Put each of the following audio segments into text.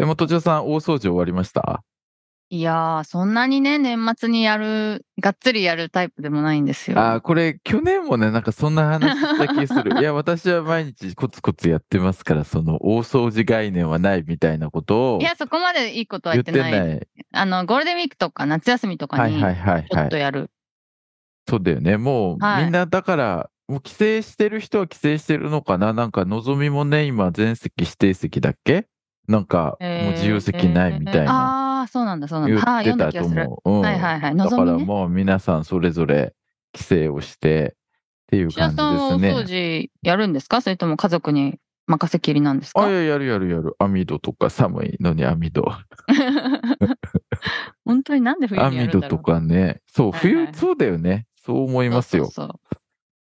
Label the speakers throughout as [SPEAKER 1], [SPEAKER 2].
[SPEAKER 1] え、もとちおさん、大掃除終わりました
[SPEAKER 2] いやーそんなにね年末にやるがっつりやるタイプでもないんですよ
[SPEAKER 1] あーこれ、去年もね、なんかそんな話した気す る。いや、私は毎日コツコツやってますから、その大掃除概念はないみたいなことを
[SPEAKER 3] いや、そこまでいいことは
[SPEAKER 1] 言
[SPEAKER 3] 言
[SPEAKER 1] っ
[SPEAKER 3] ってて
[SPEAKER 1] な。
[SPEAKER 3] ないい。あの、ゴールデンウィークとか夏休みとか
[SPEAKER 1] はい
[SPEAKER 3] に、
[SPEAKER 1] はい
[SPEAKER 3] ち
[SPEAKER 1] はい
[SPEAKER 3] ょ
[SPEAKER 1] は
[SPEAKER 3] っと
[SPEAKER 1] い。
[SPEAKER 3] やる。
[SPEAKER 1] そうだよね。もう、
[SPEAKER 3] はい
[SPEAKER 1] みんなだから、もう帰省してる人は帰省してるのかななんか、のぞみもね、今、全席指定席だっけなんか、も
[SPEAKER 3] えー
[SPEAKER 1] う自由席ないみたいな。
[SPEAKER 3] ああ、そうなんだ、そうなん
[SPEAKER 1] 言
[SPEAKER 3] だ。ああ
[SPEAKER 1] っ
[SPEAKER 3] ー、
[SPEAKER 1] て
[SPEAKER 3] 読
[SPEAKER 1] た
[SPEAKER 3] んだ気
[SPEAKER 1] と
[SPEAKER 3] がする。
[SPEAKER 1] 思う。うん
[SPEAKER 3] はいはいはい。
[SPEAKER 1] だか
[SPEAKER 3] 望
[SPEAKER 1] ら
[SPEAKER 3] みね。
[SPEAKER 1] もう皆さんそれぞれ帰省をしてっていう
[SPEAKER 3] 石田
[SPEAKER 1] 感じ
[SPEAKER 3] さんはお
[SPEAKER 1] で
[SPEAKER 3] 掃
[SPEAKER 1] すね。
[SPEAKER 3] 除やるんですかそれとも家族に任せきりなんです
[SPEAKER 1] あ、い
[SPEAKER 3] か
[SPEAKER 1] や、や るやるやる。網戸とか、寒いのに網戸。
[SPEAKER 3] 本当になんで冬にや
[SPEAKER 1] 網
[SPEAKER 3] るん
[SPEAKER 1] 戸
[SPEAKER 3] だろ
[SPEAKER 1] と
[SPEAKER 3] う。
[SPEAKER 1] かね。そう、
[SPEAKER 3] はいはい
[SPEAKER 1] 冬、そうだよね。そう思いますよ。
[SPEAKER 3] そうそう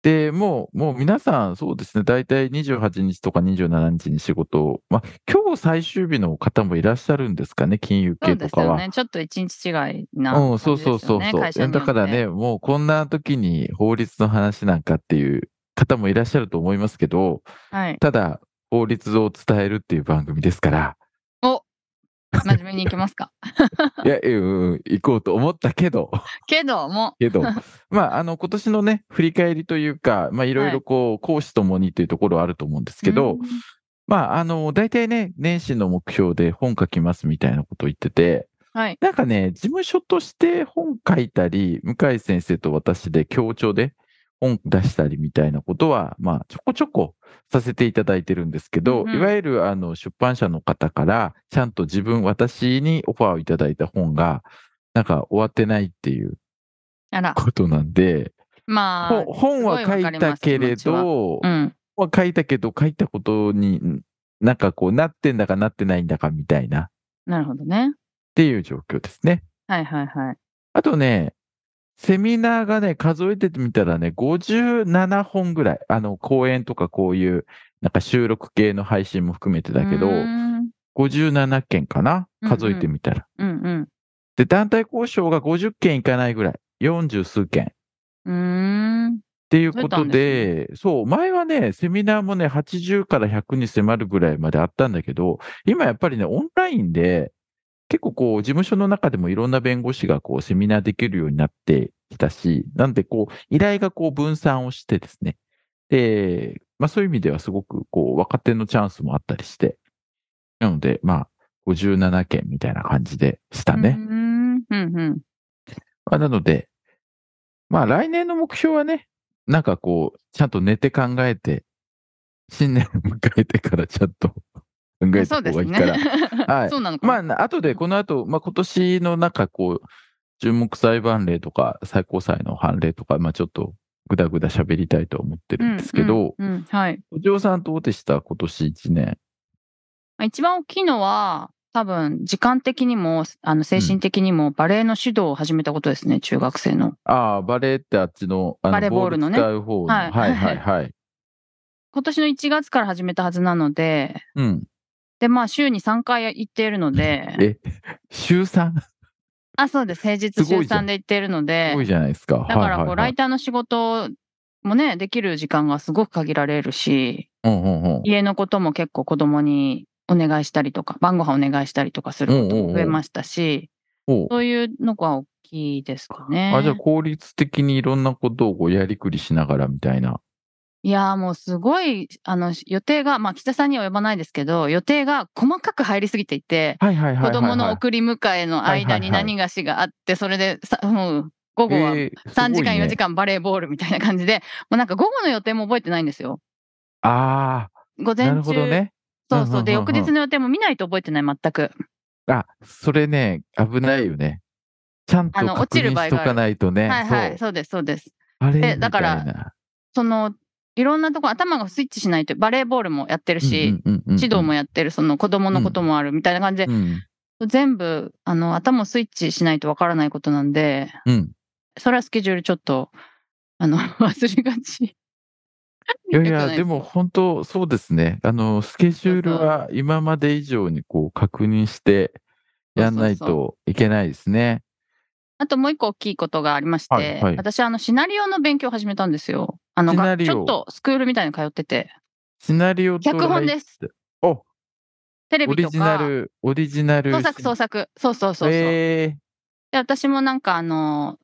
[SPEAKER 1] で、もう、もう皆さん、そうですね。大体28日とか27日に仕事を。まあ、今日最終日の方もいらっしゃるんですかね。金融
[SPEAKER 3] そう
[SPEAKER 1] 系
[SPEAKER 3] で
[SPEAKER 1] と
[SPEAKER 3] す
[SPEAKER 1] か
[SPEAKER 3] よ
[SPEAKER 1] は。
[SPEAKER 3] ね。ちょっと一日違いな
[SPEAKER 1] うん、
[SPEAKER 3] 感じですよ
[SPEAKER 1] そ
[SPEAKER 3] ね。
[SPEAKER 1] うそうそうそう。
[SPEAKER 3] 会社によ
[SPEAKER 1] だ
[SPEAKER 3] っ
[SPEAKER 1] か
[SPEAKER 3] て
[SPEAKER 1] ら。ね、もうこんな時に法律の話なんかっていう方もいらっしゃると思いますけど、
[SPEAKER 3] はい。
[SPEAKER 1] ただ法律を伝えるっていう番組ですから、
[SPEAKER 3] 真面目に行きますか。
[SPEAKER 1] い や、うん、行こうと思ったけど、
[SPEAKER 3] けども、
[SPEAKER 1] けど、まあ、あの、今年のね、振り返りというか、まあ、いろいろこう、講師ともにというところはあると思うんですけど、
[SPEAKER 3] うん
[SPEAKER 1] まあ、あの、大体ね、年始の目標で本書きますみたいなことを言ってて、
[SPEAKER 3] はい。
[SPEAKER 1] なんかね、事務所として本書いたり、向井先生と私で協調で本出したりみたいなことは、まあ、ちょこちょこさせていただいてるんですけど、
[SPEAKER 3] うんうん
[SPEAKER 1] いわゆるあの出版社の方から、ちゃんと自分、私にオファーをいただいた本が、なんか終わってないっていう
[SPEAKER 3] あら、
[SPEAKER 1] ことなんで、
[SPEAKER 3] まあ
[SPEAKER 1] ほ、本は書いたけれ
[SPEAKER 3] すごいわか
[SPEAKER 1] ど
[SPEAKER 3] う、ん。
[SPEAKER 1] は書いたけど、書いたことになんかこうなってんだかなってないんだかみたいなっ
[SPEAKER 3] なるほどね。
[SPEAKER 1] ていう状況ですね。
[SPEAKER 3] はいはいはい。
[SPEAKER 1] あとね、セミナーがね、数えてみたらね、57本ぐらい、あの、講演とかこういう、なんか収録系の配信も含めてだけど
[SPEAKER 3] う、ーん
[SPEAKER 1] 57件かな
[SPEAKER 3] うんうん
[SPEAKER 1] 数えてみたら。
[SPEAKER 3] うん
[SPEAKER 1] で、団体交渉が50件いかないぐらい、40数件。
[SPEAKER 3] うん。うーん。
[SPEAKER 1] っていうこと
[SPEAKER 3] 増え
[SPEAKER 1] で、そう、前はね、セミナーもね、80から100に迫るぐらいまであったんだけど、今やっぱりね、オンラインで、結構こう、事務所の中でもいろんな弁護士がこう、セミナーできるようになってきたし、なんでこう、依頼がこう、分散をしてですね。で、まあそういう意味ではすごくこう、若手のチャンスもあったりして、なので、まあ、57件みたいな感じでしたね。
[SPEAKER 3] うーん。うんうん。
[SPEAKER 1] まあ、なので、まあ来年の目標はね、なんかこう、ちゃんと寝て考えて、新年を迎えてから ちゃんと考えた
[SPEAKER 3] そうで
[SPEAKER 1] 方が
[SPEAKER 3] す
[SPEAKER 1] いい
[SPEAKER 3] ね
[SPEAKER 1] から。。 はい
[SPEAKER 3] そうなのか。
[SPEAKER 1] ま
[SPEAKER 3] まあ、
[SPEAKER 1] あ、後で、この後、まあ今年のなんかこう、注目裁判例とか、最高裁の判例とか、まあちょっと、ぐだぐだ喋りたいとは思ってるんですけど、
[SPEAKER 3] うん、うんはい。
[SPEAKER 1] お嬢さんどうでした今年1年。
[SPEAKER 3] まあ一番大きいのは、多分、時間的にも、あの、精神的にも、バレエの指導を始めたことですね、中学生の。
[SPEAKER 1] ああ、バレーってあっちの、あの
[SPEAKER 3] バレーボールのね
[SPEAKER 1] ボ使う方の。
[SPEAKER 3] はい
[SPEAKER 1] はいはいはい。
[SPEAKER 3] 今年の1月から始めたはずなので、
[SPEAKER 1] うん。
[SPEAKER 3] で、まあ、週に3回行っているの で、
[SPEAKER 1] え、週 3?
[SPEAKER 3] あ、そうです。平
[SPEAKER 1] す
[SPEAKER 3] 日週
[SPEAKER 1] ごいじゃん
[SPEAKER 3] 3で行っているの
[SPEAKER 1] す
[SPEAKER 3] で
[SPEAKER 1] ご、いじゃないですか。
[SPEAKER 3] だから、
[SPEAKER 1] はい
[SPEAKER 3] こ
[SPEAKER 1] は
[SPEAKER 3] う、
[SPEAKER 1] いは
[SPEAKER 3] ラ
[SPEAKER 1] い
[SPEAKER 3] イターの仕事もね、できる時間がすごく限られるし、
[SPEAKER 1] うんうんうん。
[SPEAKER 3] 家のことも結構子供にお願いしたりとか、晩ご飯お願いしたりとかすることも増えましたし、
[SPEAKER 1] おう
[SPEAKER 3] そういうのが大きいですかね。
[SPEAKER 1] あじゃあ効率的にいろんなことをこうやりくりしながらみたいな。
[SPEAKER 3] いやーもうすごい、あの、予定が、まあ、北さんには及ばないですけど、予定が細かく入りすぎていて、
[SPEAKER 1] はいはいはいはい、はい。
[SPEAKER 3] 子供の送り迎えの間に
[SPEAKER 1] はいはいはい
[SPEAKER 3] 何がしがあって、それでさ、もう午後は
[SPEAKER 1] えー
[SPEAKER 3] 3時
[SPEAKER 1] すご
[SPEAKER 3] 間、
[SPEAKER 1] いね
[SPEAKER 3] 4時間バレーボールみたいな感じで、もうなんか午後の予定も覚えてないんですよ。
[SPEAKER 1] あ
[SPEAKER 3] 午
[SPEAKER 1] あ、な
[SPEAKER 3] 前
[SPEAKER 1] るほど
[SPEAKER 3] 中。
[SPEAKER 1] ね。
[SPEAKER 3] そうそう。で、
[SPEAKER 1] うんうんう
[SPEAKER 3] 翌
[SPEAKER 1] んうん
[SPEAKER 3] 日の予定も見ないと覚えてない、全く。
[SPEAKER 1] あ、それね、危ないよね。ちゃんと
[SPEAKER 3] あの落
[SPEAKER 1] 確
[SPEAKER 3] ちる
[SPEAKER 1] 認
[SPEAKER 3] 場
[SPEAKER 1] し
[SPEAKER 3] 合
[SPEAKER 1] と
[SPEAKER 3] がある
[SPEAKER 1] かないとね。
[SPEAKER 3] はいはい、
[SPEAKER 1] そう。
[SPEAKER 3] そうです、そうです。
[SPEAKER 1] あれみたい
[SPEAKER 3] で
[SPEAKER 1] な。
[SPEAKER 3] だからそのいろんなとこ、頭がスイッチしないと、バレーボールもやってるし、
[SPEAKER 1] 指
[SPEAKER 3] 指導もやってる、その子供のこともあるみたいな感じで、
[SPEAKER 1] うん
[SPEAKER 3] 全部、あの、頭をスイッチしないとわからないことなんで、
[SPEAKER 1] うん
[SPEAKER 3] それはスケジュールちょっと、あの、 忘れがち。
[SPEAKER 1] いやい
[SPEAKER 3] 良く
[SPEAKER 1] や、
[SPEAKER 3] な
[SPEAKER 1] でも本当そうですね。あの、スケジュールは今まで以上にこう確認してやんない
[SPEAKER 3] そうそう
[SPEAKER 1] といけないですね。
[SPEAKER 3] あともう一個大きいことがありまして、
[SPEAKER 1] はいはい
[SPEAKER 3] 私、あの、シナリオの勉強を始めたんですよ。あの、
[SPEAKER 1] シナ
[SPEAKER 3] が
[SPEAKER 1] リ
[SPEAKER 3] ち
[SPEAKER 1] オ
[SPEAKER 3] ょっとスクールみたいに通ってて、
[SPEAKER 1] シナリオと
[SPEAKER 3] 脚本
[SPEAKER 1] ライ
[SPEAKER 3] です。
[SPEAKER 1] お
[SPEAKER 3] テレ
[SPEAKER 1] オ
[SPEAKER 3] ビ
[SPEAKER 1] リ
[SPEAKER 3] と
[SPEAKER 1] ジナ
[SPEAKER 3] か、
[SPEAKER 1] ル、オリジナル。
[SPEAKER 3] 創作創
[SPEAKER 1] 作。
[SPEAKER 3] 作。そうそうそうそう。
[SPEAKER 1] え
[SPEAKER 3] で私もなんかあの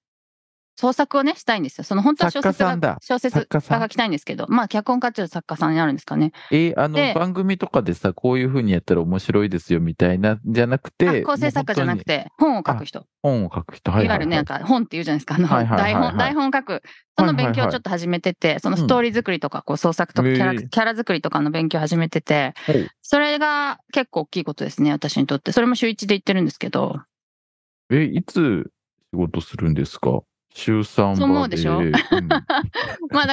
[SPEAKER 3] 創作をねしたいんですよ。その本当は小
[SPEAKER 1] 作家
[SPEAKER 3] 説
[SPEAKER 1] さん
[SPEAKER 3] が
[SPEAKER 1] だ
[SPEAKER 3] 小説
[SPEAKER 1] 作家さん
[SPEAKER 3] が書きたいんですけど、まあ脚本家っていう作家さんになるんですかね。
[SPEAKER 1] ーえーあの、
[SPEAKER 3] で
[SPEAKER 1] 番組とかでさ、こういうふうにやったら面白いですよみたいな、じゃなく
[SPEAKER 3] あ
[SPEAKER 1] て。
[SPEAKER 3] 構成作家じゃなく
[SPEAKER 1] て。
[SPEAKER 3] て本を書く人。い
[SPEAKER 1] 本を書く人。
[SPEAKER 3] わ
[SPEAKER 1] はい
[SPEAKER 3] ゆ
[SPEAKER 1] はい、
[SPEAKER 3] るねなんか本っていうじゃないですか。あの
[SPEAKER 1] はいはいはい
[SPEAKER 3] 台
[SPEAKER 1] はい
[SPEAKER 3] 本台本を書く。その勉強をちょっと始めてて、そのストーリー作りとかこう創作とか
[SPEAKER 1] へ
[SPEAKER 3] キ
[SPEAKER 1] え
[SPEAKER 3] ャラクキャラ作りとかの勉強を始めてて
[SPEAKER 1] ほう、
[SPEAKER 3] それが結構大きいことですね私にとって。それも週一で言ってるんですけど。
[SPEAKER 1] え、いつ仕事するんですか週3
[SPEAKER 3] そう思うでしょ
[SPEAKER 1] うん
[SPEAKER 3] まあだか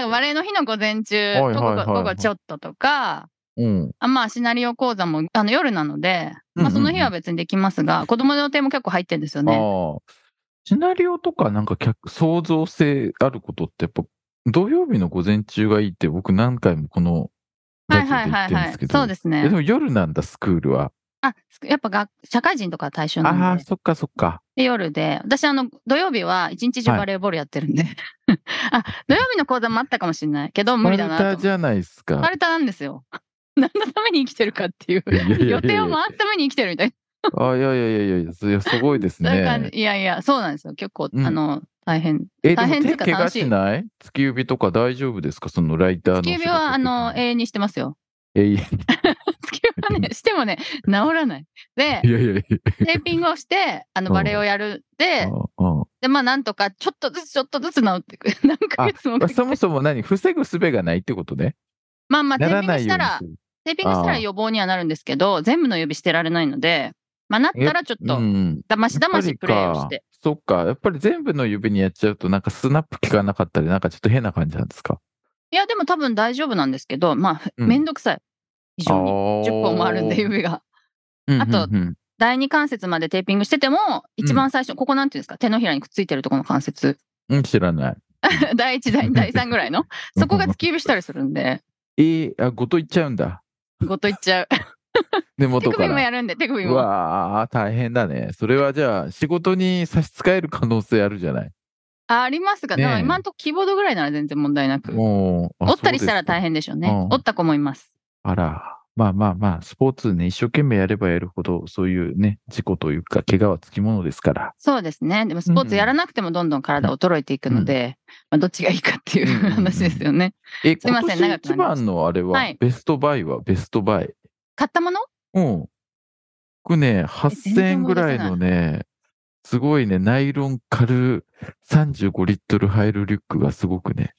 [SPEAKER 3] らバレエの日の午前中と
[SPEAKER 1] はいはいはいはい
[SPEAKER 3] 午後午後ちょっととか。
[SPEAKER 1] うん。
[SPEAKER 3] あまあ、シナリオ講座もあの夜なので、
[SPEAKER 1] うんうんう
[SPEAKER 3] まあ、
[SPEAKER 1] ん
[SPEAKER 3] その日は別にできますが、子供の予定も結構入ってるんですよね。
[SPEAKER 1] ああ。シナリオとかなんか客創造性あることってやっぱ土曜日の午前中がいいって僕何回もこの
[SPEAKER 3] は
[SPEAKER 1] ラ
[SPEAKER 3] い
[SPEAKER 1] ジオで
[SPEAKER 3] はい
[SPEAKER 1] 言
[SPEAKER 3] は
[SPEAKER 1] っ
[SPEAKER 3] い
[SPEAKER 1] てるん
[SPEAKER 3] は
[SPEAKER 1] で
[SPEAKER 3] い
[SPEAKER 1] すけ。ど。
[SPEAKER 3] そうです
[SPEAKER 1] えで
[SPEAKER 3] ね。
[SPEAKER 1] も夜なんだ、スクールは。
[SPEAKER 3] あ、やっぱが社会人とか対象な
[SPEAKER 1] あ
[SPEAKER 3] の
[SPEAKER 1] あ、
[SPEAKER 3] で
[SPEAKER 1] そっかそっか。
[SPEAKER 3] で夜で、私あの土曜日は一日中
[SPEAKER 1] はい
[SPEAKER 3] バレーボールやってるんで、 あ、土曜日の講座もあったかもしれないけど、無理だな
[SPEAKER 1] ファルタ
[SPEAKER 3] と。
[SPEAKER 1] じゃないです
[SPEAKER 3] ファ
[SPEAKER 1] か。
[SPEAKER 3] ルタなんですよ。 何のために生きてるかっていう。
[SPEAKER 1] いやいやいやいや
[SPEAKER 3] 予定を回すために生きてるみたい
[SPEAKER 1] あいやいやいやいやいやす、いやすごいです
[SPEAKER 3] な。そういう感じ
[SPEAKER 1] ね。
[SPEAKER 3] いやいや、そうなんですよ。結構、
[SPEAKER 1] うん
[SPEAKER 3] あの、大変。
[SPEAKER 1] え、で
[SPEAKER 3] 大
[SPEAKER 1] も
[SPEAKER 3] 変って
[SPEAKER 1] 手
[SPEAKER 3] いうか
[SPEAKER 1] 怪我
[SPEAKER 3] 楽しい
[SPEAKER 1] しない月指とか大丈夫ですかそのライターの。
[SPEAKER 3] 月指は、あの、永遠にしてますよ。
[SPEAKER 1] え、いや
[SPEAKER 3] 月指はね、してもね、治らない。で、
[SPEAKER 1] いやいやいや。
[SPEAKER 3] テーピングをして、あの、
[SPEAKER 1] うん
[SPEAKER 3] バレエをやる。で、
[SPEAKER 1] うんうん
[SPEAKER 3] で、まあ、なんとか、ちょっとずつ、ちょっとずつ治ってくる。 何ヶ月も
[SPEAKER 1] ま
[SPEAKER 3] か
[SPEAKER 1] あ
[SPEAKER 3] けて
[SPEAKER 1] そもそも何防ぐ術がないってことね。
[SPEAKER 3] まあまあ、テ
[SPEAKER 1] なら
[SPEAKER 3] ーピング
[SPEAKER 1] ない
[SPEAKER 3] し
[SPEAKER 1] よ
[SPEAKER 3] た
[SPEAKER 1] うに
[SPEAKER 3] ら
[SPEAKER 1] す、る。
[SPEAKER 3] テーピングした
[SPEAKER 1] あ
[SPEAKER 3] ら
[SPEAKER 1] あ
[SPEAKER 3] 予防にはなるんですけど、全部の指捨てられないので、まあ、なったらちょっ
[SPEAKER 1] う
[SPEAKER 3] と、
[SPEAKER 1] ん。
[SPEAKER 3] だましだましプレーを
[SPEAKER 1] やっ
[SPEAKER 3] し
[SPEAKER 1] ぱり
[SPEAKER 3] て
[SPEAKER 1] か。。そっか。やっぱり全部の指にやっちゃうと、なんかスナップ効かなかったり、なんかちょっと変な感じなんですか。
[SPEAKER 3] いや、でも多分大丈夫なんですけど、まあ、
[SPEAKER 1] うん
[SPEAKER 3] めんどくさい。非常に。10
[SPEAKER 1] 10
[SPEAKER 3] 本もあるんで、指が。あと第二関節までテーピングしてても、一番最初、ここなんていうんですか、手のひらにくっついてるところの関節。
[SPEAKER 1] うん、知らない。
[SPEAKER 3] 第一、第二、第三ぐらいの。そこが突き指したりするんで、
[SPEAKER 1] えー、あ、ごといっちゃうんだ。
[SPEAKER 3] ごといっち ゃう。
[SPEAKER 1] 根
[SPEAKER 3] 手
[SPEAKER 1] 元か
[SPEAKER 3] 首も
[SPEAKER 1] ら。
[SPEAKER 3] やるんで、手首
[SPEAKER 1] う
[SPEAKER 3] も。
[SPEAKER 1] わー、大変だね。それはじゃあ、仕事に差し支える可能性あるじゃない。
[SPEAKER 3] あありますが、
[SPEAKER 1] ねえ
[SPEAKER 3] でも今んとこキーボードぐらいなら全然問題なく。
[SPEAKER 1] もう、あ
[SPEAKER 3] 折ったりしたら
[SPEAKER 1] そうで
[SPEAKER 3] 大。
[SPEAKER 1] すか
[SPEAKER 3] 変でしょう
[SPEAKER 1] う
[SPEAKER 3] ね
[SPEAKER 1] ん。
[SPEAKER 3] 折った子もいます。
[SPEAKER 1] あら。まあまあまあ、スポーツね、一生懸命やればやるほど、そういうね、事故というか、怪我はつきものですから。
[SPEAKER 3] そうですね。でもスポーツやらなくてもどんどん体衰えていくので、まあ、どっちがいいかっていう
[SPEAKER 1] うんうんうん
[SPEAKER 3] 話ですよね。
[SPEAKER 1] え、
[SPEAKER 3] すいませ
[SPEAKER 1] 今
[SPEAKER 3] ん
[SPEAKER 1] 年
[SPEAKER 3] 長くな
[SPEAKER 1] 一
[SPEAKER 3] りました
[SPEAKER 1] 番のあれは、
[SPEAKER 3] はい
[SPEAKER 1] ベストバイはベストバイ。
[SPEAKER 3] 買ったもの
[SPEAKER 1] うん。僕ね、
[SPEAKER 3] 全
[SPEAKER 1] 8000
[SPEAKER 3] 然思い
[SPEAKER 1] ぐ
[SPEAKER 3] 出せ
[SPEAKER 1] ら
[SPEAKER 3] ない
[SPEAKER 1] いのね、すごいね、ナイロン軽35リットル入るリュックがすごくね、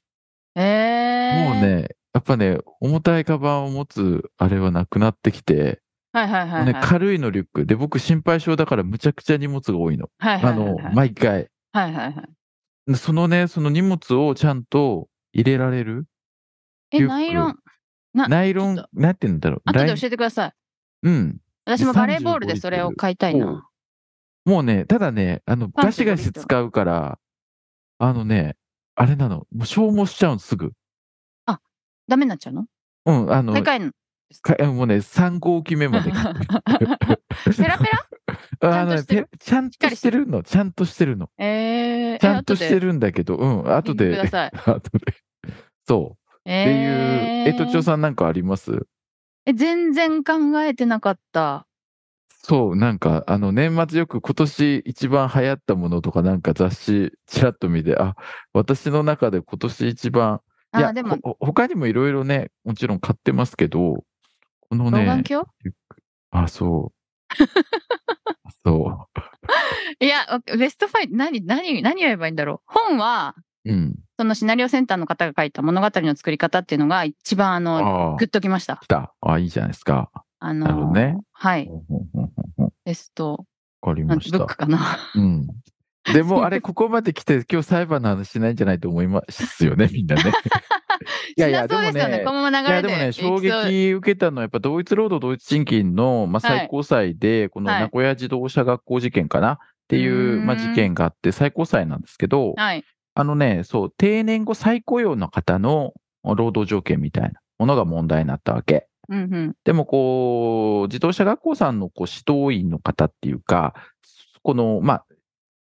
[SPEAKER 3] えー、
[SPEAKER 1] もう。ね、やっぱね、重たいカバンを持つあれはなくなってきて、
[SPEAKER 3] はいはいはい、はい
[SPEAKER 1] ね、軽いのリュックで、僕心配性だからむちゃくちゃ荷物が多いの。
[SPEAKER 3] はいはい
[SPEAKER 1] あ
[SPEAKER 3] はい
[SPEAKER 1] の
[SPEAKER 3] は、い。
[SPEAKER 1] 毎回。
[SPEAKER 3] はいはいはい。
[SPEAKER 1] そのね、その荷物をちゃんと入れられる
[SPEAKER 3] え、
[SPEAKER 1] リュック
[SPEAKER 3] ナイロン。あ
[SPEAKER 1] ナイロン
[SPEAKER 3] ちょっ、
[SPEAKER 1] なんて言うんだろう。
[SPEAKER 3] 後
[SPEAKER 1] ライ
[SPEAKER 3] で
[SPEAKER 1] ン
[SPEAKER 3] 教えてください。
[SPEAKER 1] うん。
[SPEAKER 3] 私もバレーボールで
[SPEAKER 1] 35
[SPEAKER 3] それを買いたい
[SPEAKER 1] おう
[SPEAKER 3] な。
[SPEAKER 1] もうね、ただね、あの、
[SPEAKER 3] トル
[SPEAKER 1] ガシガシ使うから、あのね、あれなの、もう消耗しちゃうの、すぐ。
[SPEAKER 3] ダメになっちゃうの
[SPEAKER 1] うん、あの、
[SPEAKER 3] 買い替え るの。
[SPEAKER 1] かもうね、3号機目ま で。
[SPEAKER 3] ペラペ ラ
[SPEAKER 1] あのね
[SPEAKER 3] ちゃんとしてる
[SPEAKER 1] ペちゃんとしてるの、ちゃんとしてるの。
[SPEAKER 3] えー、
[SPEAKER 1] ちゃんとして
[SPEAKER 3] る。
[SPEAKER 1] るんだけど、うん、後
[SPEAKER 3] 後で
[SPEAKER 1] で
[SPEAKER 3] 見てくだ、さい。
[SPEAKER 1] 後で。そう。っていう、
[SPEAKER 3] え
[SPEAKER 1] えとちょさんなんかあります
[SPEAKER 3] え、全然考えてなかった。
[SPEAKER 1] そう、なんか、あの、年末よく今年一番流行ったものとか、なんか雑誌、ちらっと見て、あ、私の中で今年一番い
[SPEAKER 3] あ
[SPEAKER 1] や、
[SPEAKER 3] ー、でも、
[SPEAKER 1] ほ他にもいろいろね、もちろん買ってますけど、この
[SPEAKER 3] 老眼
[SPEAKER 1] ね、
[SPEAKER 3] 鏡
[SPEAKER 1] あ、 そう。そ
[SPEAKER 3] いや、わベストファイト、何、何、何を言えばいいんだろう。本は、
[SPEAKER 1] う。うん。
[SPEAKER 3] そのシナリオセンターの方が書いた物語の作り方っていうのが一番、あの、
[SPEAKER 1] ああ
[SPEAKER 3] グ、ッときました
[SPEAKER 1] 来。た。あ、いいじゃないですか。
[SPEAKER 3] あ
[SPEAKER 1] なるほ
[SPEAKER 3] の
[SPEAKER 1] ど、ね。
[SPEAKER 3] はい、
[SPEAKER 1] ほんほんほんほんほんわ
[SPEAKER 3] ベスト、
[SPEAKER 1] かり
[SPEAKER 3] な
[SPEAKER 1] ま
[SPEAKER 3] んて
[SPEAKER 1] し
[SPEAKER 3] ブッ
[SPEAKER 1] た
[SPEAKER 3] ク。かな。
[SPEAKER 1] うん。 でも、あれ、ここまで来て、今日裁判の話しないんじゃないと思いますよね、みんなね。いやい
[SPEAKER 3] し
[SPEAKER 1] や、
[SPEAKER 3] な
[SPEAKER 1] で
[SPEAKER 3] そう
[SPEAKER 1] も
[SPEAKER 3] ですよね。
[SPEAKER 1] ね
[SPEAKER 3] こ、のまま
[SPEAKER 1] い
[SPEAKER 3] 流
[SPEAKER 1] や
[SPEAKER 3] れ
[SPEAKER 1] で
[SPEAKER 3] で。
[SPEAKER 1] もね、衝
[SPEAKER 3] いきそう。
[SPEAKER 1] 撃受けたのは、やっぱ同一労働同一賃金の、まあ、
[SPEAKER 3] はい
[SPEAKER 1] 最高裁で、この
[SPEAKER 3] はい
[SPEAKER 1] 名古屋自動車学校事件かなっていうう、
[SPEAKER 3] ーん
[SPEAKER 1] まあ、事件があって、最高裁なんですけど、
[SPEAKER 3] はい。
[SPEAKER 1] あのね、そう、定年後再雇用の方の労働条件みたいなものが問題になったわけ。
[SPEAKER 3] うんうん。
[SPEAKER 1] でもこう、自動車学校さんのこう指導員の方っていうか、この、まあ、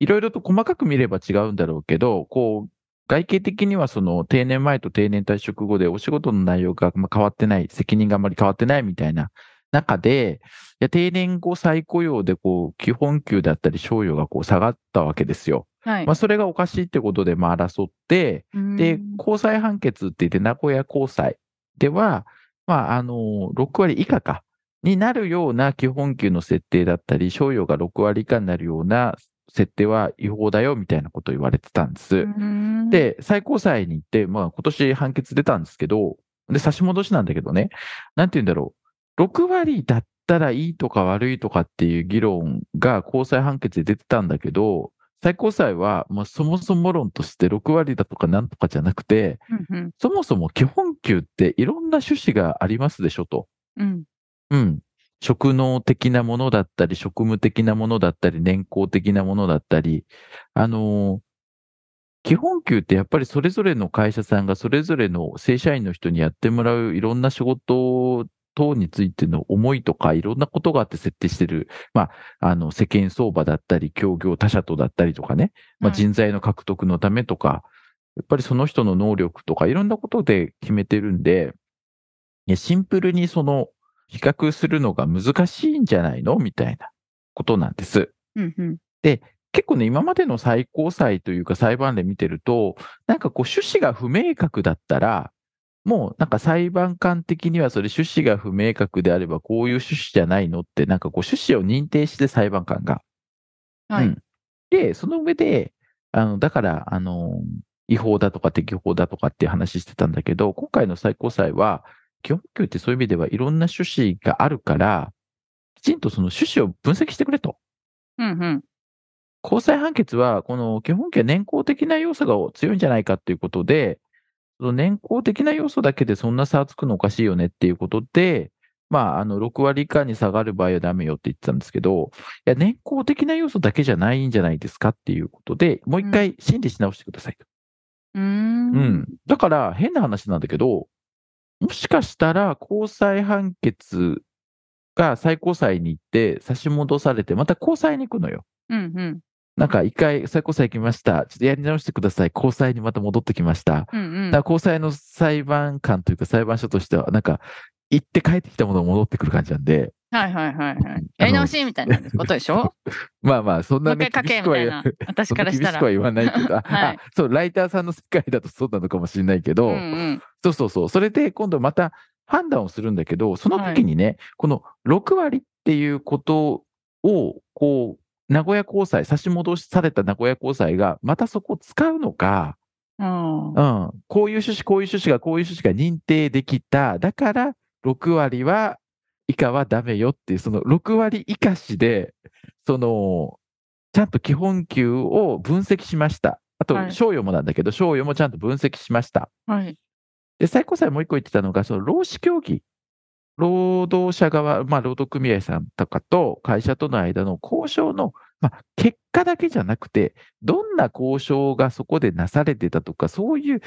[SPEAKER 1] いろいろと細かく見れば違うんだろうけど、こう、外形的にはその定年前と定年退職後でお仕事の内容がまあ変わってない、責任があまり変わってないみたいな中で、いや定年後再雇用でこう、基本給だったり賞与がこう下がったわけですよ。
[SPEAKER 3] はい
[SPEAKER 1] まあ、。それがおかしいってことでまあ争って、
[SPEAKER 3] う
[SPEAKER 1] で
[SPEAKER 3] ん、
[SPEAKER 1] 高裁判決って言って、名古屋高裁では、まあ、あの、6割以下か、になるような基本給の設定だったり、賞与が6割以下になるような設定は違法だよ、みたいなことを言われてたんです。
[SPEAKER 3] うん、
[SPEAKER 1] で、最高裁に行って、まあ、今年判決出たんですけど、で、差し戻しなんだけどね、なんて言うんだろう、6割だったらいいとか悪いとかっていう議論が高裁判決で出てたんだけど、最高裁は、まあ、そもそも論として6割だとかなんとかじゃなくて、
[SPEAKER 3] うんうん
[SPEAKER 1] そもそも基本給っていろんな趣旨がありますでしょと。
[SPEAKER 3] うん。
[SPEAKER 1] うん。職能的なものだったり、職務的なものだったり、年功的なものだったり、あのー基本給ってやっぱりそれぞれの会社さんがそれぞれの正社員の人にやってもらういろんな仕事等についての思いとかいろんなことがあって設定してる、まあ、あの世間相場だったり、協業他社とだったりとかね、まあ、
[SPEAKER 3] はい
[SPEAKER 1] 人材の獲得のためとか、やっぱりその人の能力とかいろんなことで決めてるんで、いやシンプルにその比較するのが難しいんじゃないのみたいなことなんです。
[SPEAKER 3] うんうん。
[SPEAKER 1] 結構ね、今までの最高裁というか裁判で見てると、なんかこう趣旨が不明確だったら、もうなんか裁判官的にはそれ趣旨が不明確であればこういう趣旨じゃないのって、なんかこう趣旨を認定して裁判官が。
[SPEAKER 3] はい。
[SPEAKER 1] うんで、その上で、あの、だから、あの、違法だとか適法だとかっていう話してたんだけど、今回の最高裁は、基本給ってそういう意味ではいろんな趣旨があるから、きちんとその趣旨を分析してくれと。
[SPEAKER 3] うんうん。
[SPEAKER 1] 高裁判決は、この基本給は年功的な要素が強いんじゃないかということで、その年功的な要素だけでそんな差をつくのおかしいよねっていうことで、まあ、あの、6割以下に下がる場合はダメよって言ってたんですけど、いや、年功的な要素だけじゃないんじゃないですかっていうことで、もう一回審理し直してくださいと。
[SPEAKER 3] うーん。
[SPEAKER 1] うん。だから、変な話なんだけど、もしかしたら、高裁判決が最高裁に行って差し戻されて、また高裁に行くのよ。
[SPEAKER 3] うんうん。
[SPEAKER 1] なんか一回、最高裁行きました。ちょっとやり直してください。高裁にまた戻ってきました。
[SPEAKER 3] うん
[SPEAKER 1] だ
[SPEAKER 3] うん
[SPEAKER 1] から高裁の裁判官というか裁判所としては、なんか、行って帰ってきたものが戻ってくる感じなんで、
[SPEAKER 3] はいはいはいはい。やり直しみたいなことでしょ
[SPEAKER 1] まあまあ、そん
[SPEAKER 3] もう
[SPEAKER 1] なね
[SPEAKER 3] 一
[SPEAKER 1] 厳し
[SPEAKER 3] 回、書け
[SPEAKER 1] く
[SPEAKER 3] み
[SPEAKER 1] は
[SPEAKER 3] たい
[SPEAKER 1] 言わ
[SPEAKER 3] な。私
[SPEAKER 1] そん
[SPEAKER 3] か
[SPEAKER 1] な
[SPEAKER 3] ら
[SPEAKER 1] 厳
[SPEAKER 3] し
[SPEAKER 1] し
[SPEAKER 3] た
[SPEAKER 1] く
[SPEAKER 3] ら。
[SPEAKER 1] は言わないけど、あ
[SPEAKER 3] は
[SPEAKER 1] あ
[SPEAKER 3] い
[SPEAKER 1] そう、ライターさんの世界だとそうなのかもしれないけど、
[SPEAKER 3] うんうん。
[SPEAKER 1] そうそうそう。それで今度また判断をするんだけど、その時にね、この6割っていうことを、こう、名古屋高裁、差し戻しされた名古屋高裁が、またそこを使うのか、
[SPEAKER 3] あ
[SPEAKER 1] うん、こういう趣旨、こういう趣旨が、こういう趣旨が認定できた。だから、6割は、以下はダメよっていう、その6割以下しで、その、ちゃんと基本給を分析しました。あと
[SPEAKER 3] は、い
[SPEAKER 1] 賞与もなんだけど、賞与もちゃんと分析しました。
[SPEAKER 3] あ。はい。
[SPEAKER 1] で、最高裁もう一個言ってたのが、その労使協議。労働者側、まあ、労働組合さんとかと会社との間の交渉の、まあ、結果だけじゃなくて、どんな交渉がそこでなされてたとか、そういう、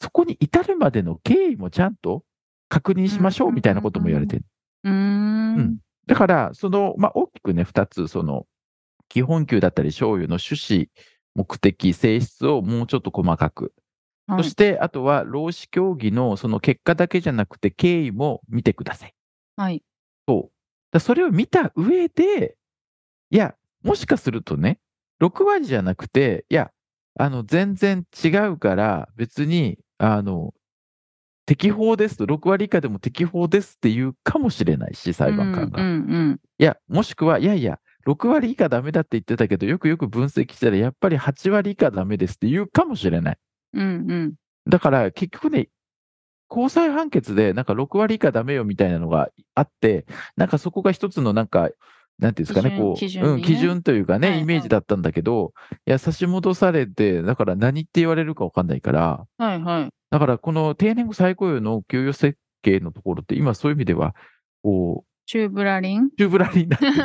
[SPEAKER 1] そこに至るまでの経緯もちゃんと確認しましょうみたいなことも言われてる。
[SPEAKER 3] うーん。
[SPEAKER 1] だから、その、まあ、大きくね、2つ、その、基本給だったり、賞与の趣旨、目的、性質をもうちょっと細かく
[SPEAKER 3] はい
[SPEAKER 1] そして、あとは労使協議のその結果だけじゃなくて経緯も見てください。
[SPEAKER 3] はい。
[SPEAKER 1] そう。だそれを見た上で、いや、もしかするとね、6割じゃなくて、いや、あの、全然違うから、別に、あの、適法ですと、6割以下でも適法ですって言うかもしれないし、裁判官が。
[SPEAKER 3] うんうん
[SPEAKER 1] いや、もしくは、いやいや、6割以下ダメだって言ってたけど、よくよく分析したら、やっぱり8割以下ダメですって言うかもしれない。
[SPEAKER 3] うん。うんうん。
[SPEAKER 1] だから結局ね、高裁判決でなんか6割以下ダメよみたいなのがあって、なんかそこが一つのなんか、なんていうんですかね、
[SPEAKER 3] 基準
[SPEAKER 1] こう、うん、
[SPEAKER 3] 基準にね
[SPEAKER 1] 基準というかね、
[SPEAKER 3] はいはい
[SPEAKER 1] イメージだったんだけど、いや、差し戻されて、だから何って言われるかわかんないから、
[SPEAKER 3] はいはい。
[SPEAKER 1] だから、この定年後再雇用の給与設計のところって、今そういう意味では、こ
[SPEAKER 3] チューブラリン
[SPEAKER 1] う、宙ぶらりんにな ってる。い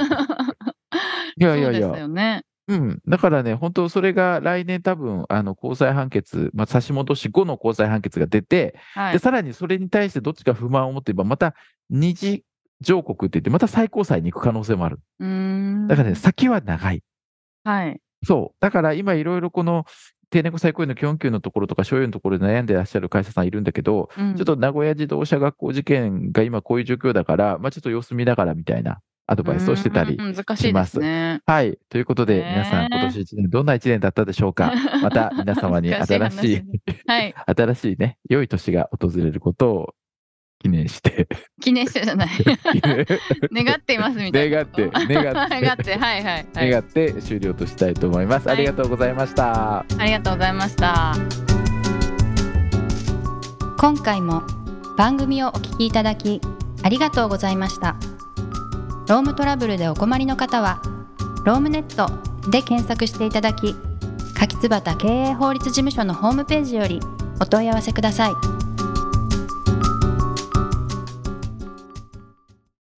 [SPEAKER 1] やいやい
[SPEAKER 3] そうです
[SPEAKER 1] や。
[SPEAKER 3] よね。
[SPEAKER 1] うん。だからね、本当それが来年多分、あの、交際判決、まあ、差し戻し後の交際判決が出て、
[SPEAKER 3] は
[SPEAKER 1] で、
[SPEAKER 3] い。
[SPEAKER 1] さらにそれに対してどっちか不満を持っていれば、また二次上告って言って、また最高裁に行く可能性もある。
[SPEAKER 3] うーん。
[SPEAKER 1] だからね、先は長い。
[SPEAKER 3] はい。
[SPEAKER 1] そう。だから今いろいろこの定年後最高位の基本給のところとか、所有のところで悩んでいらっしゃる会社さんいるんだけど、
[SPEAKER 3] うん
[SPEAKER 1] ちょっと名古屋自動車学校事件が今こういう状況だから、まあちょっと様子見ながらみたいなアドバイスをしてたり
[SPEAKER 3] う。ん難しいですね。
[SPEAKER 1] はい。ということで、
[SPEAKER 3] ねえ
[SPEAKER 1] 皆さん今年一年どんな一年だったでしょう かまた皆様に新しい、
[SPEAKER 3] はい。
[SPEAKER 1] 新しいね、良い年が訪れることを記念して、
[SPEAKER 3] 記念してじ ゃない。願っていますみたいなこと。
[SPEAKER 1] 願って願って
[SPEAKER 3] 願って、はい はい、はい。
[SPEAKER 1] 願って終了としたいと思います。
[SPEAKER 3] はい
[SPEAKER 1] ありがとうございました。
[SPEAKER 3] ありがとうございました。
[SPEAKER 2] 今回も番組をお聞きいただきありがとうございましたロームトラブルでお困りの方は「ロームネット」で検索していただき柿椿経営法律事務所のホームページよりお問い合わせください